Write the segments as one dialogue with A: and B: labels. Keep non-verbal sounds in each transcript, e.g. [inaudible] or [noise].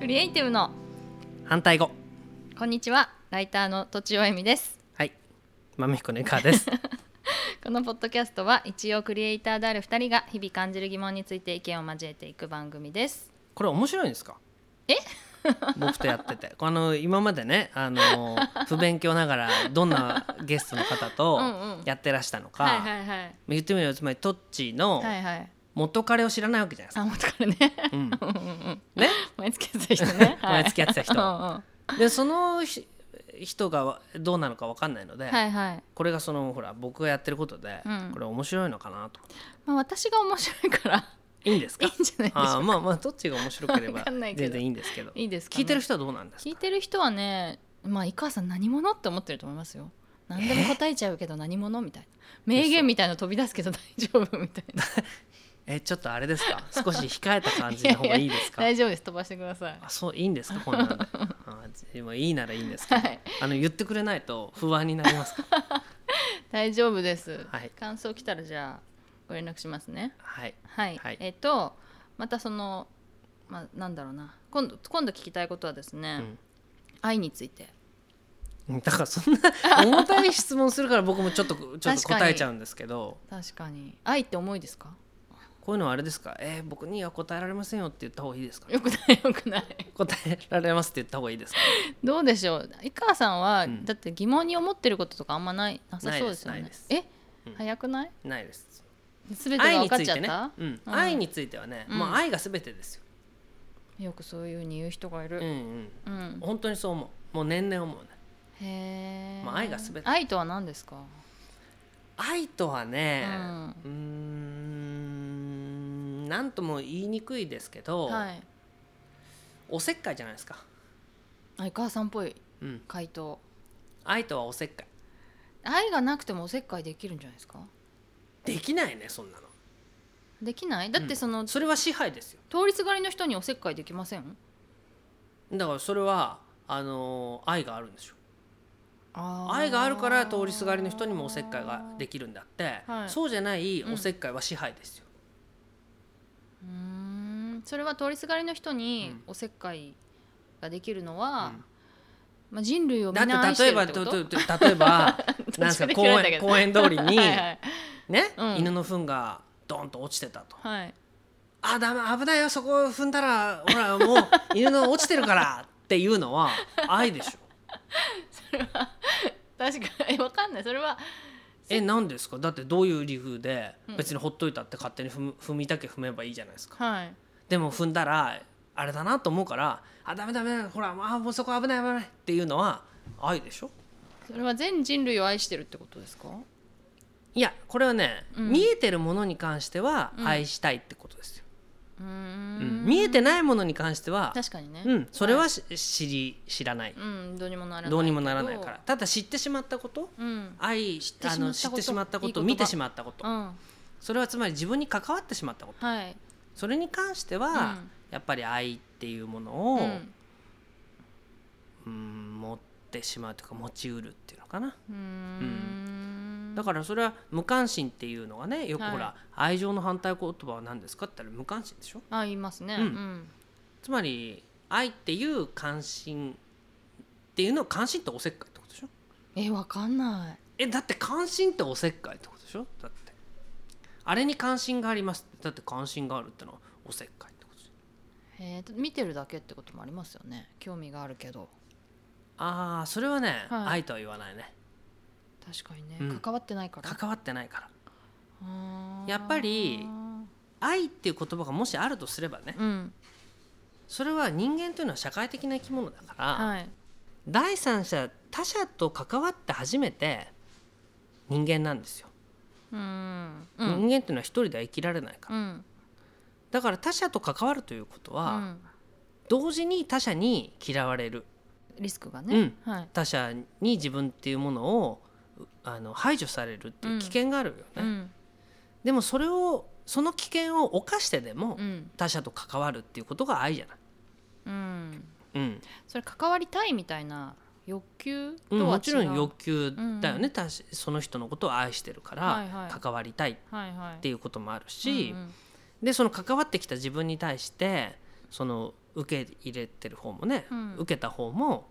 A: ティブの
B: 反対語
A: こんにちはライターのとちおえみです
B: はい豆彦ネカです [laughs]
A: このポッドキャストは一応クリエイターである2人が日々感じる疑問について意見を交えていく番組です
B: これ面白いんですか
A: え [laughs]
B: 僕とやっててあの今までね
A: [laughs]
B: あの不勉強ながらどんなゲストの方と
A: うんうん
B: やってらしたのか
A: はいはいはい
B: 言ってみればつまりトッチーの
A: はいはい
B: 元彼を知らないわけじゃないですか、
A: あ元からね
B: うん
A: うんうんうん
B: ね
A: 毎月やってた人
B: [laughs]
A: ねはい
B: 前付き合ってた人
A: うんうん
B: でそのひ人がどうなのかわかんないので、
A: はいはい
B: これがそのほら僕がやってることで、
A: うん
B: これ面白いのかなと
A: まあ私が面白いから
B: いいんです
A: い
B: か
A: いんじゃないでしょう
B: あ
A: か
B: ーまあまあどっちが面白ければ
A: わかんないけ
B: 全
A: ど
B: 然いいんですけど
A: いいですかね
B: 聞いてる人はどうなんです
A: 聞い
B: か
A: てる人はねまあ井川さん何者って思ってると思いますよ何でも答えちゃうけど何者みたいな名言みたいなの飛び出すけど大丈夫みたいな
B: えちょっとあれです
A: [laughs]
B: か少し控えた感じの方がいいですか
A: 大丈夫です飛ばしてください
B: あそういいんですかこんなんであーまあいいならいいんですけど、
A: はい
B: あの言ってくれないと不安になります
A: [laughs]
B: から
A: 大丈夫です、
B: はい
A: 感想来たらじゃあご連絡しますね
B: はい
A: はい、
B: はい
A: えっとまたそのまあなんだろうな今度今度聞きたいことはですね、
B: うん
A: 愛について
B: うんだからそんな重たい質問するから僕もちょっとちょっと
A: 確かに
B: 答えちゃうんですけど
A: 確かに愛って重いですか
B: こういうのはあれですかえー僕には答えられませんよって言った方がいいです
A: [laughs]
B: か
A: よくないよくない
B: 答えられますって言った方がいいですか
A: どうでしょう井川さんは、
B: うん
A: だって疑問に思ってることとかあんまないなさそうですよね
B: ないです
A: え、
B: うん
A: 早くない
B: ないです
A: 全て
B: 愛
A: が分
B: につ
A: かっ
B: い
A: ちゃってた、
B: ね、うん、
A: うん
B: 愛についてはね、
A: うん
B: もう愛が全てですよ、
A: よくそういうふうに言う人がい
B: うんう
A: る、
B: ん、
A: うん
B: 本当にそう思うもう年々思うね
A: へえ、
B: まあ愛が全て
A: 愛とは何ですか、
B: 愛とはね
A: うん
B: うーんなんとも言いにくいですけど、
A: はい
B: おせっかいじゃないですか、
A: あ井川さんっぽい
B: うん、
A: 回答
B: 愛とはおせっかい
A: 愛がなくてもおせっかいできるんじゃないですか
B: できないねそんなの
A: できないだってその、
B: それは支配ですよ
A: 通りすがりの人におせっかいできません
B: だからそれはあのー愛があるんでしょ愛
A: 愛
B: があるから通りすがりの人にもおせっかいができるんだって、
A: はい
B: そうじゃないおせっかいは支配ですよ、
A: うーんそれは通りすがりの人に
B: うん
A: おせっかいができるのは、
B: うん
A: まあ、人類を
B: だ
A: みんな愛
B: っ
A: してて
B: 例
A: るっ
B: えば
A: てこと
B: と
A: [laughs]
B: と例えばなんす
A: 途中
B: か
A: で
B: 公
A: 切られたけ
B: 園
A: ど
B: 公園通りに、
A: はいはい
B: ね、
A: うん
B: 犬の糞がドンと落ちてたと
A: はい
B: 「あだめ危ないよそこ踏んだらほらもう犬の落ちてるから」っていうのは愛でしょ
A: 確かにわかんないそれは
B: え何ですかだってどういう理由で
A: うん
B: 別にほっといたって勝手に踏む踏みたけ踏めばいいじゃないですか
A: はい
B: でも踏んだらあれだなと思うから「あダメダメほらあもうそこ危ない危ない」っていうのは愛でしょ
A: それは全人類を愛してるってことですか
B: いやこれはね、
A: うん
B: 見えてるものに関しては
A: うん
B: 愛したいってことですよ、
A: うー
B: うんん見えてないものに関しては、
A: 確かにね
B: うん、それはし、知り知らない
A: うんどうにもならない
B: どうにもならないから
A: け
B: ただ知ってしまったこと
A: どうん
B: 愛しあの知
A: 知っ
B: っ
A: てて
B: し
A: し
B: ま
A: ま
B: っ
A: ったた
B: こ
A: こと
B: と
A: いい言葉
B: 見てしまったこと
A: うん
B: それはつまり自分に関わってしまったこと
A: はい
B: それに関しては、
A: うん
B: やっぱり愛っていうものを、
A: う
B: うん
A: ん、
B: 持ってしまうというか持ちうるっていうのかな、
A: うーん
B: だからそれは無関心っていうのがねよく
A: はい
B: ほら、愛情の反対言葉は何ですかって言ったら無関心でしょ
A: あ言いますね
B: う
A: うんん、
B: つまり愛っていう関心っていうのは関心っておせっかいってことでしょ
A: えわかんない
B: えだって関心っておせっかいってことでしょだってあれに関心がありますってだって関心があるってのはおせっかいってことでしょ
A: えー、見てるだけってこともありますよね興味があるけど
B: ああそれはね、
A: はい
B: 愛とは言わないね
A: 確かにね、
B: うん
A: 関わってないから
B: 関わってないから
A: あー
B: やっぱり愛っていう言葉がもしあるとすればね
A: うん
B: それは人間というのは社会的な生き物だから、
A: はい
B: 第三者他者と関わって初めて人間なんですよ、
A: うんうん
B: 人間っていうのは一人では生きられないから、
A: うん
B: だから他者と関わるということ
A: う
B: は、
A: ん
B: 同時に他者に嫌われる
A: リスクがね、はい
B: 他者に自分っていうものをうあの排除されるっていう危険があるよね、
A: うん
B: でもそれをその危険を冒してでも
A: うん
B: 他者と関わるっていうことが愛じゃない、
A: うん
B: うん
A: それ関わりたいみたいな欲求と
B: う
A: は
B: ん
A: 違う、
B: もちろん欲求だよ
A: うんう
B: ね、他者その人のことを愛してるから、
A: はいはい
B: 関わりたいっ
A: はいはい
B: ていうこともあるし、
A: うんうん
B: でその関わってきた自分に対してその受け入れてる方もね、
A: うん
B: 受けた方も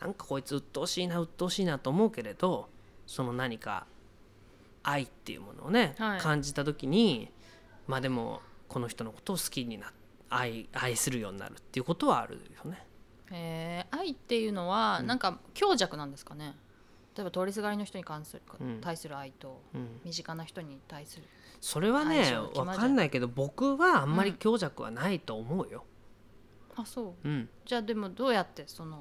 B: なんかこいつ鬱陶しいな鬱陶しいなと思うけれどその何か愛っていうものをね、
A: はい
B: 感じた時にまあでもこの人のことを好きにな愛愛するようになるっていうことはあるよね。
A: えー愛っていうのは、
B: うん
A: なんか強弱なんですかね例えば通りすがりの人に関する、
B: うん
A: 対する愛と
B: うん、
A: 身近な人に対する
B: それはね
A: 愛情決ま
B: わ
A: る
B: かんないけど僕はあんまり強弱はないと思うよ。
A: あそう
B: うん、
A: じゃあでもどうやってその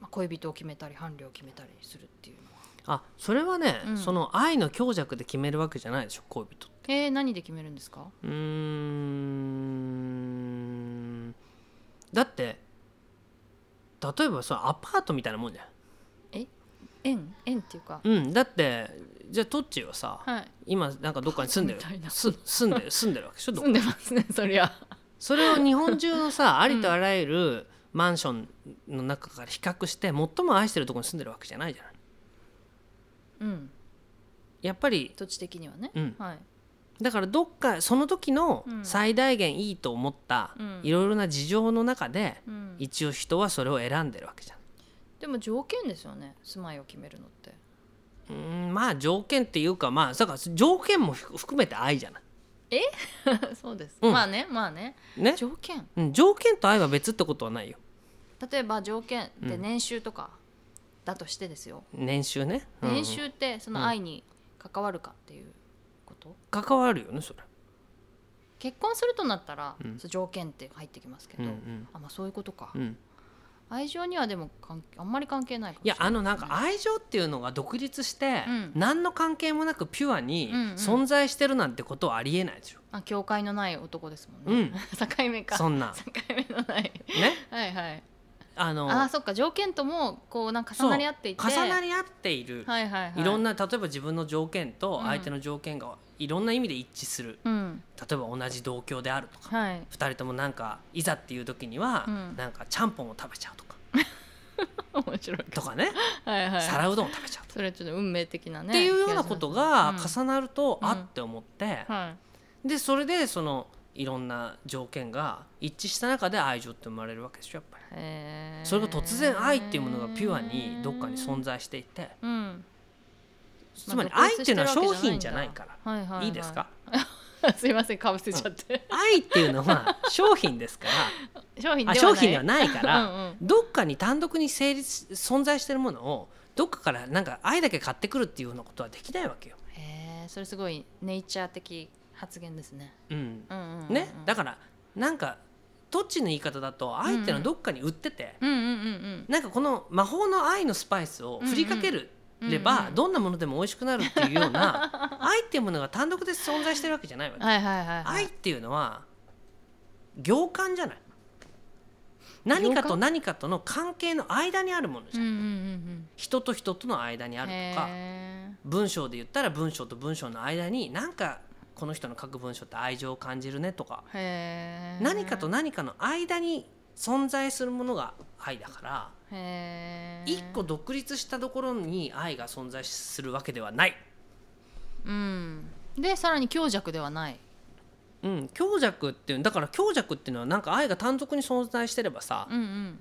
A: まあ恋人を決めたり伴侶を決めたりするっていうのは
B: あそれはね、
A: うん
B: その愛の強弱で決めるわけじゃないでしょ恋人って。
A: えー、何で決めるんですか
B: うーんだって例えばさアパートみたいなもんじゃん。
A: 縁縁っていうか、
B: うん、だってじゃあトッチーはさ、
A: はい
B: 今なんかどっかに住んでる
A: アパートみたいな
B: す住んでる住んでるわけでしょど
A: 住
B: っか
A: んでます [laughs] ねそりゃ
B: それを日本中のさありとあらゆるマンションの中から比較して最も愛してるところに住んでるわけじゃないじゃない。
A: うん
B: やっぱり
A: 土地的にはね、
B: うん
A: はい、
B: だからどっかその時の
A: うん
B: 最大限いいと思った
A: うん
B: いろいろな事情の中で
A: うん、
B: 一応人はそれを選んでるわけじゃん。
A: でも条件ですよね住まいを決めるのって
B: うーんまあ条件っていうかまあだから条件も含含めて愛じゃない。
A: [laughs] そうです、
B: う
A: [laughs]
B: ん
A: まあねまあね
B: ね、
A: 条件
B: うん条件と愛は別ってことはないよ。
A: 例えば条件で
B: うん
A: 年収とかだとしてですよ、
B: 年収ね。うん
A: 年収ってその愛に関わるかっていうこと、
B: 関わるよねそれ。
A: 結婚するとなったら、
B: うん
A: そう条件って入ってきますけ
B: う
A: ど、
B: んうん
A: あまあそういうことか、
B: うん、
A: 愛情にはでも関係あんまり関係ないかもしれ
B: いや
A: ない
B: あのなんか愛情っていうのが独立して、
A: うん
B: 何の関係もなくピュアに
A: うんうん
B: 存在してるなんてことはありえないでしょ、
A: あ境界のない男ですもんね、
B: うん
A: [laughs] 境目か
B: そんな
A: 境目のない
B: ね
A: はいはい
B: あ
A: [laughs]
B: の
A: あーそっか条件ともこうなんか重なり合っていて
B: 重な
A: り
B: り合っている、
A: はいはいはい
B: い、ろんな例えば自分の条件と
A: うん
B: 相手の条件がいろんな意味で一致する、
A: うん
B: 例えば同じ同居であるとか [laughs]
A: はい
B: 2人ともなんかいざっていう時には、
A: うん
B: なんかちゃんぽんを食べちゃうとか
A: 面白い
B: とかね、
A: はいはい
B: 皿うどんを食べちゃうとか、
A: それちょっと運命的なね
B: っていうようなことが重なると、
A: うん
B: あって思って、
A: なはい
B: でそれでそのいろんな条件が一致した中で愛情って生まれるわけでしょやっぱり。
A: へー
B: それが突然愛っていうものがピュアにどっかに存在していて
A: うん
B: つまり愛っていうのは商品じゃないから、
A: はいはいはい
B: いですか
A: [laughs] すいませんかぶせちゃって
B: 愛っていうのは商品ですから [laughs]
A: 商品ではな
B: あ
A: い
B: 商品ではないから
A: うんうん
B: どっかに単独に成立し存在してるものをどっかからなんか愛だけ買ってくるっていうようなことはできないわけよ。
A: へえそれすごいネイチャー的発言ですね
B: うん
A: うんうんうんうん
B: ね、だからなんかどっちの言い方だと愛っていうのはどっかに売ってて、
A: うんうんうん
B: なんかこの魔法の愛のスパイスを振りかけるれば、
A: うんうんうんうん
B: どんなものでも美味しくなるっていうような [laughs] 愛っていうものが単独で存在してるわけじゃないわ
A: うん
B: け、
A: はいはいはいはい
B: 愛っていうのは行間じゃない何かと何かとの関係の間にあるものじ
A: う
B: ゃ
A: ん
B: ん、
A: うんうん
B: 人と人との間に
A: う
B: あ
A: ん
B: るとか
A: へー
B: 文章で言ったら文章と文章の間になんかこの人の書く文章って愛情を感じるねとか
A: へー
B: 何かと何かの間に存在するものが愛だから
A: へー
B: 一個独立したところに愛が存在するわけではない、
A: うんでさらに強弱ではない
B: うん、強弱っていうだから強弱っていうのはなんか愛が単独に存在してればさ
A: う、んうん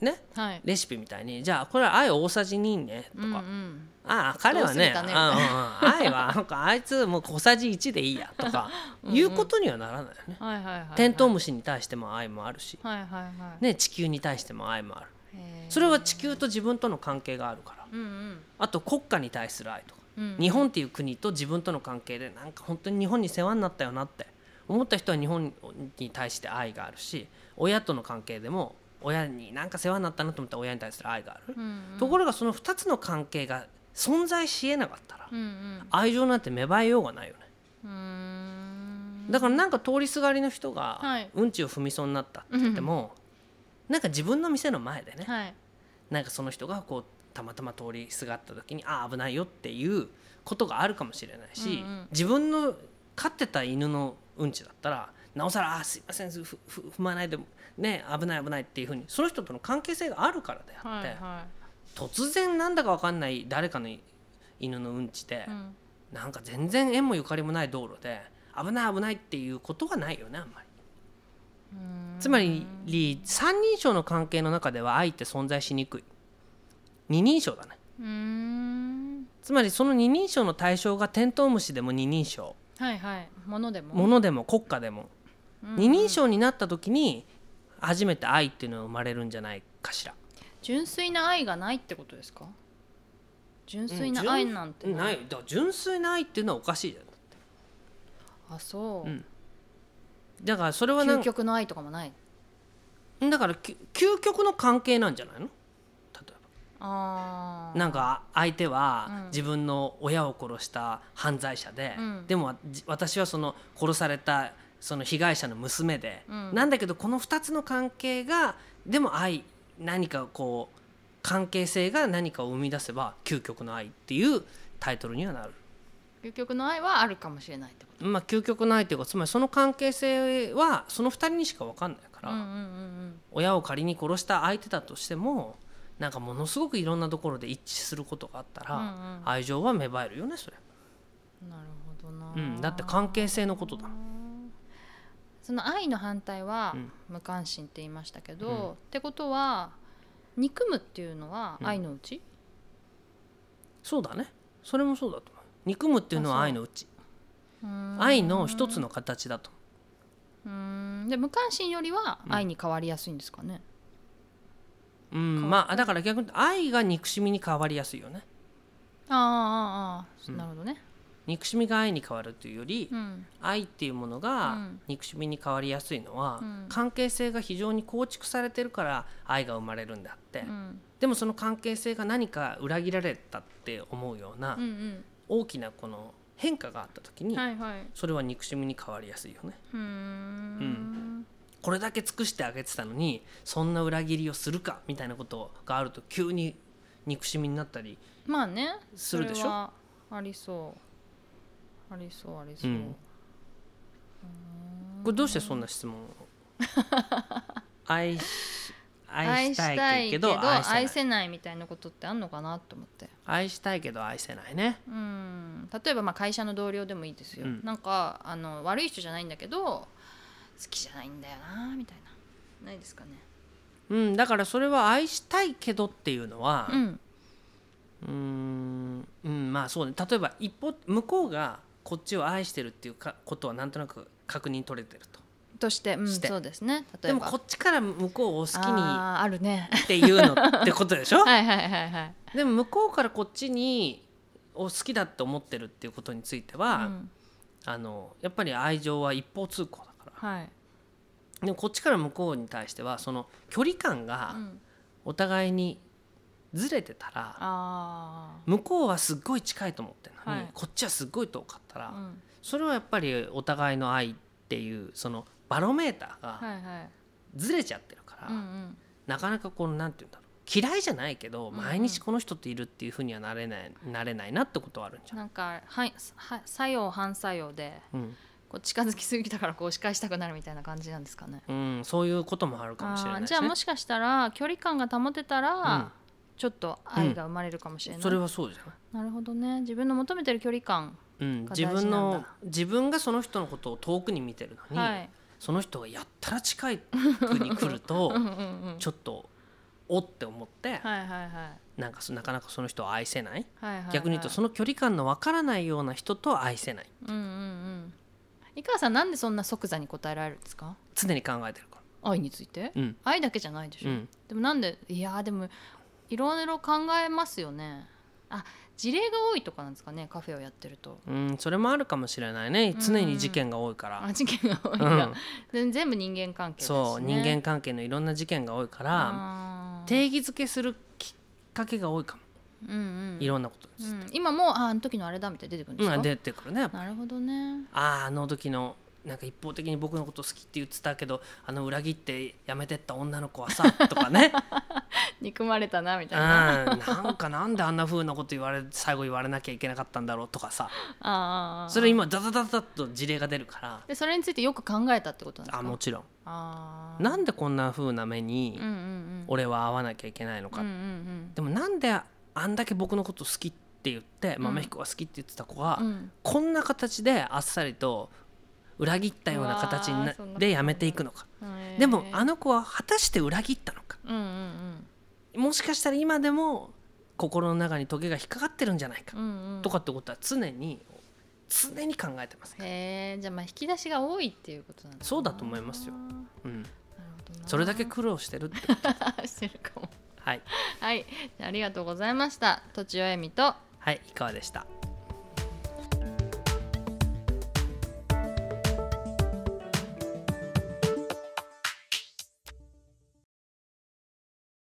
B: ね
A: はい
B: レシピみたいにじゃあこれは愛大さじ2ねとか、
A: うんうん
B: ああ彼はね
A: どうするかね
B: ああ愛はなんかあいつもう小さじ1でいいやとか
A: [laughs] うんうん
B: いうことにはならないよね。
A: はいはいはいはい
B: テントウムシに対しても愛もあるし、
A: はいはいはい、
B: ね、地球に対しても愛もある
A: へー
B: それは地球と自分との関係があるから
A: うんうん
B: あと国家に対する愛とか
A: うん
B: 日本っていう国と自分との関係でなんか本当に日本に世話になったよなって思った人は日本に対して愛があるし親との関係でも親になんか世話になったなと思ったら親に対する愛がある、
A: うんうん
B: ところがその2つの関係が存在しえなかったら
A: うんうん
B: 愛情なんて芽生えようがないよね
A: うーん
B: だからなんか通りすがりの人が
A: はい
B: うんちを踏みそうになったって言っても、なんか自分の店の前でね、
A: はい
B: なんかその人がこうたまたま通りすがった時にああ危ないよっていうことがあるかもしれないし、
A: うんうん
B: 自分の飼ってた犬のうんちだったらなおさら「あーすいませんふふ踏まないでね危ない危ない」っていうふうにその人との関係性があるからであっ
A: は
B: て、
A: いは
B: 突然なんだか分かんない誰かの犬のうんちで、
A: いうん
B: なんか全然縁もゆかりもない道路で危ない危ないっていうことはないよねあんまり。つまり三人称の関係の中では愛って存在しにくい二人称だね
A: うーん
B: つまりその二人称の対象がテントウムシでも二人称
A: はいはいものでも
B: 物でも国家でも
A: うん
B: 二人称になった時に初めて愛っていうのが生まれるんじゃないかしら
A: 純粋な愛がないってことですか純粋な愛なんて
B: ないだから純粋な愛っていうのはおかしいじゃ
A: あそう、
B: うんんだからそれはなん
A: 究極の愛とかもない
B: だからき究極の関係なんじゃないの例え
A: あ
B: ば
A: ー
B: なんか相手
A: うん
B: は自分の親を殺した犯罪者で、
A: うん
B: でもわじ私はその殺されたその被害者の娘で、
A: うん
B: なんだけどこの2つの関係がでも愛何かこう関係性が何かを生み出せば究極の愛っていうタイトルにはなる。
A: 究極の愛はあるかもしれないってこ
B: まあ、究極の愛というかつまりその関係性はその2人にしか分かんないか
A: と
B: ら、
A: うんうんうん
B: 親を仮に殺した相手だとしてもなんかものすごくいろんなところで一致することがあったら、
A: うんうん
B: 愛情は芽生えるよねそれ、
A: うんなるほどな、
B: うん、だって関係性のことだ
A: その愛の反対は
B: うん
A: 無関心って言いましたけど、
B: うん
A: ってことは憎むっていうのは
B: うん
A: 愛のうち、
B: そうだねそれもそうだと思う憎むっていうのは愛のうち
A: うーん
B: 愛の一つの形だと
A: うーんで無関心よりは
B: うん
A: 愛に変わりやすいんですかね、
B: うんまあだから逆に愛が憎しみに変わりやすいよね
A: あーあーあー
B: うん
A: なるほどね、
B: 憎しみが愛に変わるというより、
A: うん、
B: 愛っていうもの
A: う
B: が
A: ん
B: 憎しみに変わりやすいのは、
A: うん
B: 関係性が非常に構築されてるから愛が生まれるんだって、
A: うん
B: でもその関係性が何か裏切られたって思うような、
A: うん
B: 大きなこの変化があった時
A: うん
B: に、
A: はいはい
B: それは憎しみに変わりやすいよね
A: うーん
B: これだけ尽くしてあげてたのにそんな裏切りをするかみたいなことがあると急に憎しみになったり
A: まあね
B: するでしょ
A: それはありそうありそうありそう、
B: う
A: うん
B: これどうしてそんな質問 [laughs] を愛し愛
A: 愛
B: し
A: した
B: た
A: い
B: い
A: け
B: け
A: ど
B: ど愛
A: 愛
B: せない
A: せないみたいなことってあんのかなと思って
B: 愛したいけど愛せないね
A: うん例えばまあ会社の同僚でもいいですよ、
B: うん
A: なんかあの悪い人じゃないんだけど好きじゃないんだよなみたいなないですかね
B: うんだからそれは愛したいけどっていうのは
A: うん
B: うーんうんまあそうね例えば一方向こうがこっちを愛してるっていうかことはなんとなく確認取れてると
A: として,、うん、
B: して
A: そうですね例
B: で
A: え
B: も
A: ば
B: こっちから向こうを好きに
A: あーある
B: [laughs]
A: ね
B: っていうのってことでし
A: [laughs]
B: ょ、
A: はいはいはいはい
B: でも向こうからこっちにを好きだって思ってるっていうことについては、
A: うん
B: あのやっぱり愛情は一方通行だから
A: はい
B: でもこっちから向こうに対してはその距離感が
A: うん
B: お互いにずれてたら、
A: あ
B: 向こうはすっごい近いと思ってるのに、
A: はい
B: こっちはすっごい遠かったら、
A: あ、うん、
B: それはやっぱりお互いの愛っていうそのバロメーターが
A: はいはい
B: ずれちゃってるから、
A: うんうん
B: なかなかこのなんて言うんだろう嫌いじゃないけど
A: んうん
B: 毎日この人といるっていうふうにはなれないなれないなってことはあるんじゃない、
A: なんかはいは作用反作用で
B: うん
A: こう近づきすぎたからこう仕返したくなるみたいな感じなんですかね。
B: うん、そういうこともあるかもしれ
A: あ
B: ない
A: ー
B: です
A: じ
B: ね。
A: ゃあもしかしたら距離感が保てたら、
B: うん
A: ちょっと愛が生まれるかもしれない。
B: それはそうじゃない、
A: なるほどね自分の求めてる距離感、
B: うん、
A: が大事
B: 自
A: なんだ
B: 分の自分がその人のことを遠くに見てるのに、
A: はい、
B: その人がやったら近い国に来ると
A: [laughs] うんうんうん
B: ちょっとおって思って、
A: はいはいはいはい
B: なんかそなかなかその人を愛せない
A: はいはい
B: 逆に言うとその距離感のわからないような人と愛せない
A: うんうんうん井川さんなんでそんな即座に答えられるんですか
B: 常に考えてるか
A: 愛について
B: らうん
A: 愛だけじゃないでし
B: う
A: ょ、
B: ん
A: でもなんでいやーでもいろいろ考えますよねあ事例が多いとかなんですかねカフェをやってると
B: うんそれもあるかもしれないね
A: うん
B: 常に事件が多いから
A: あ事件が多い
B: うん
A: が、で全部人間関係です、ね、
B: そう人間関係のいろんな事件が多いから
A: あー
B: 定義づけするきっかけが多いかも
A: うんうん
B: いろんなことで
A: う
B: す
A: ん、今もうああの時のあれだみたいに出てくるんですか、
B: うん出てくるねやっぱ
A: なるほどね
B: あーあの時のなんか一方的に僕のこと好きって言ってたけどあの裏切ってやめてった女の子はさとかね
A: 憎まれたなみ
B: う
A: た
B: ん
A: いな、あ
B: なんかなんであんな風なこと言われ最後言われなきゃいけなかったんだろうとかさ
A: あああ
B: それ今ダダダダッと事例が出るから
A: でそれについてよく考えたってことなんですか
B: あもちろん
A: あー
B: なんでこんな風な目に
A: うんうんうん
B: 俺は会わなきゃいけないのか、
A: うんうん
B: でもなんであんだけ僕のこと好きって言って
A: ん
B: 豆彦が好きって言ってた子が、
A: うんうん
B: こんな形であっさりと裏切ったような形に
A: うわ
B: な
A: ーそんなこと
B: でやめていくのか
A: うん
B: でもあの子は果たして裏切ったのか
A: うんうん
B: もしかしたら今でも心の中にトゲが引っかかってるんじゃないか
A: うんうんうん
B: とかってことは常に常に考えてます、
A: へえじゃあまあ引き出しが多いっていうことなんだ
B: そうだと思いますようん、
A: なるほどな
B: それだけ
A: [laughs]
B: 苦労してるって
A: してるかも
B: はい
A: はいじゃあありがとうございましたとちおえみと
B: はいいかがでした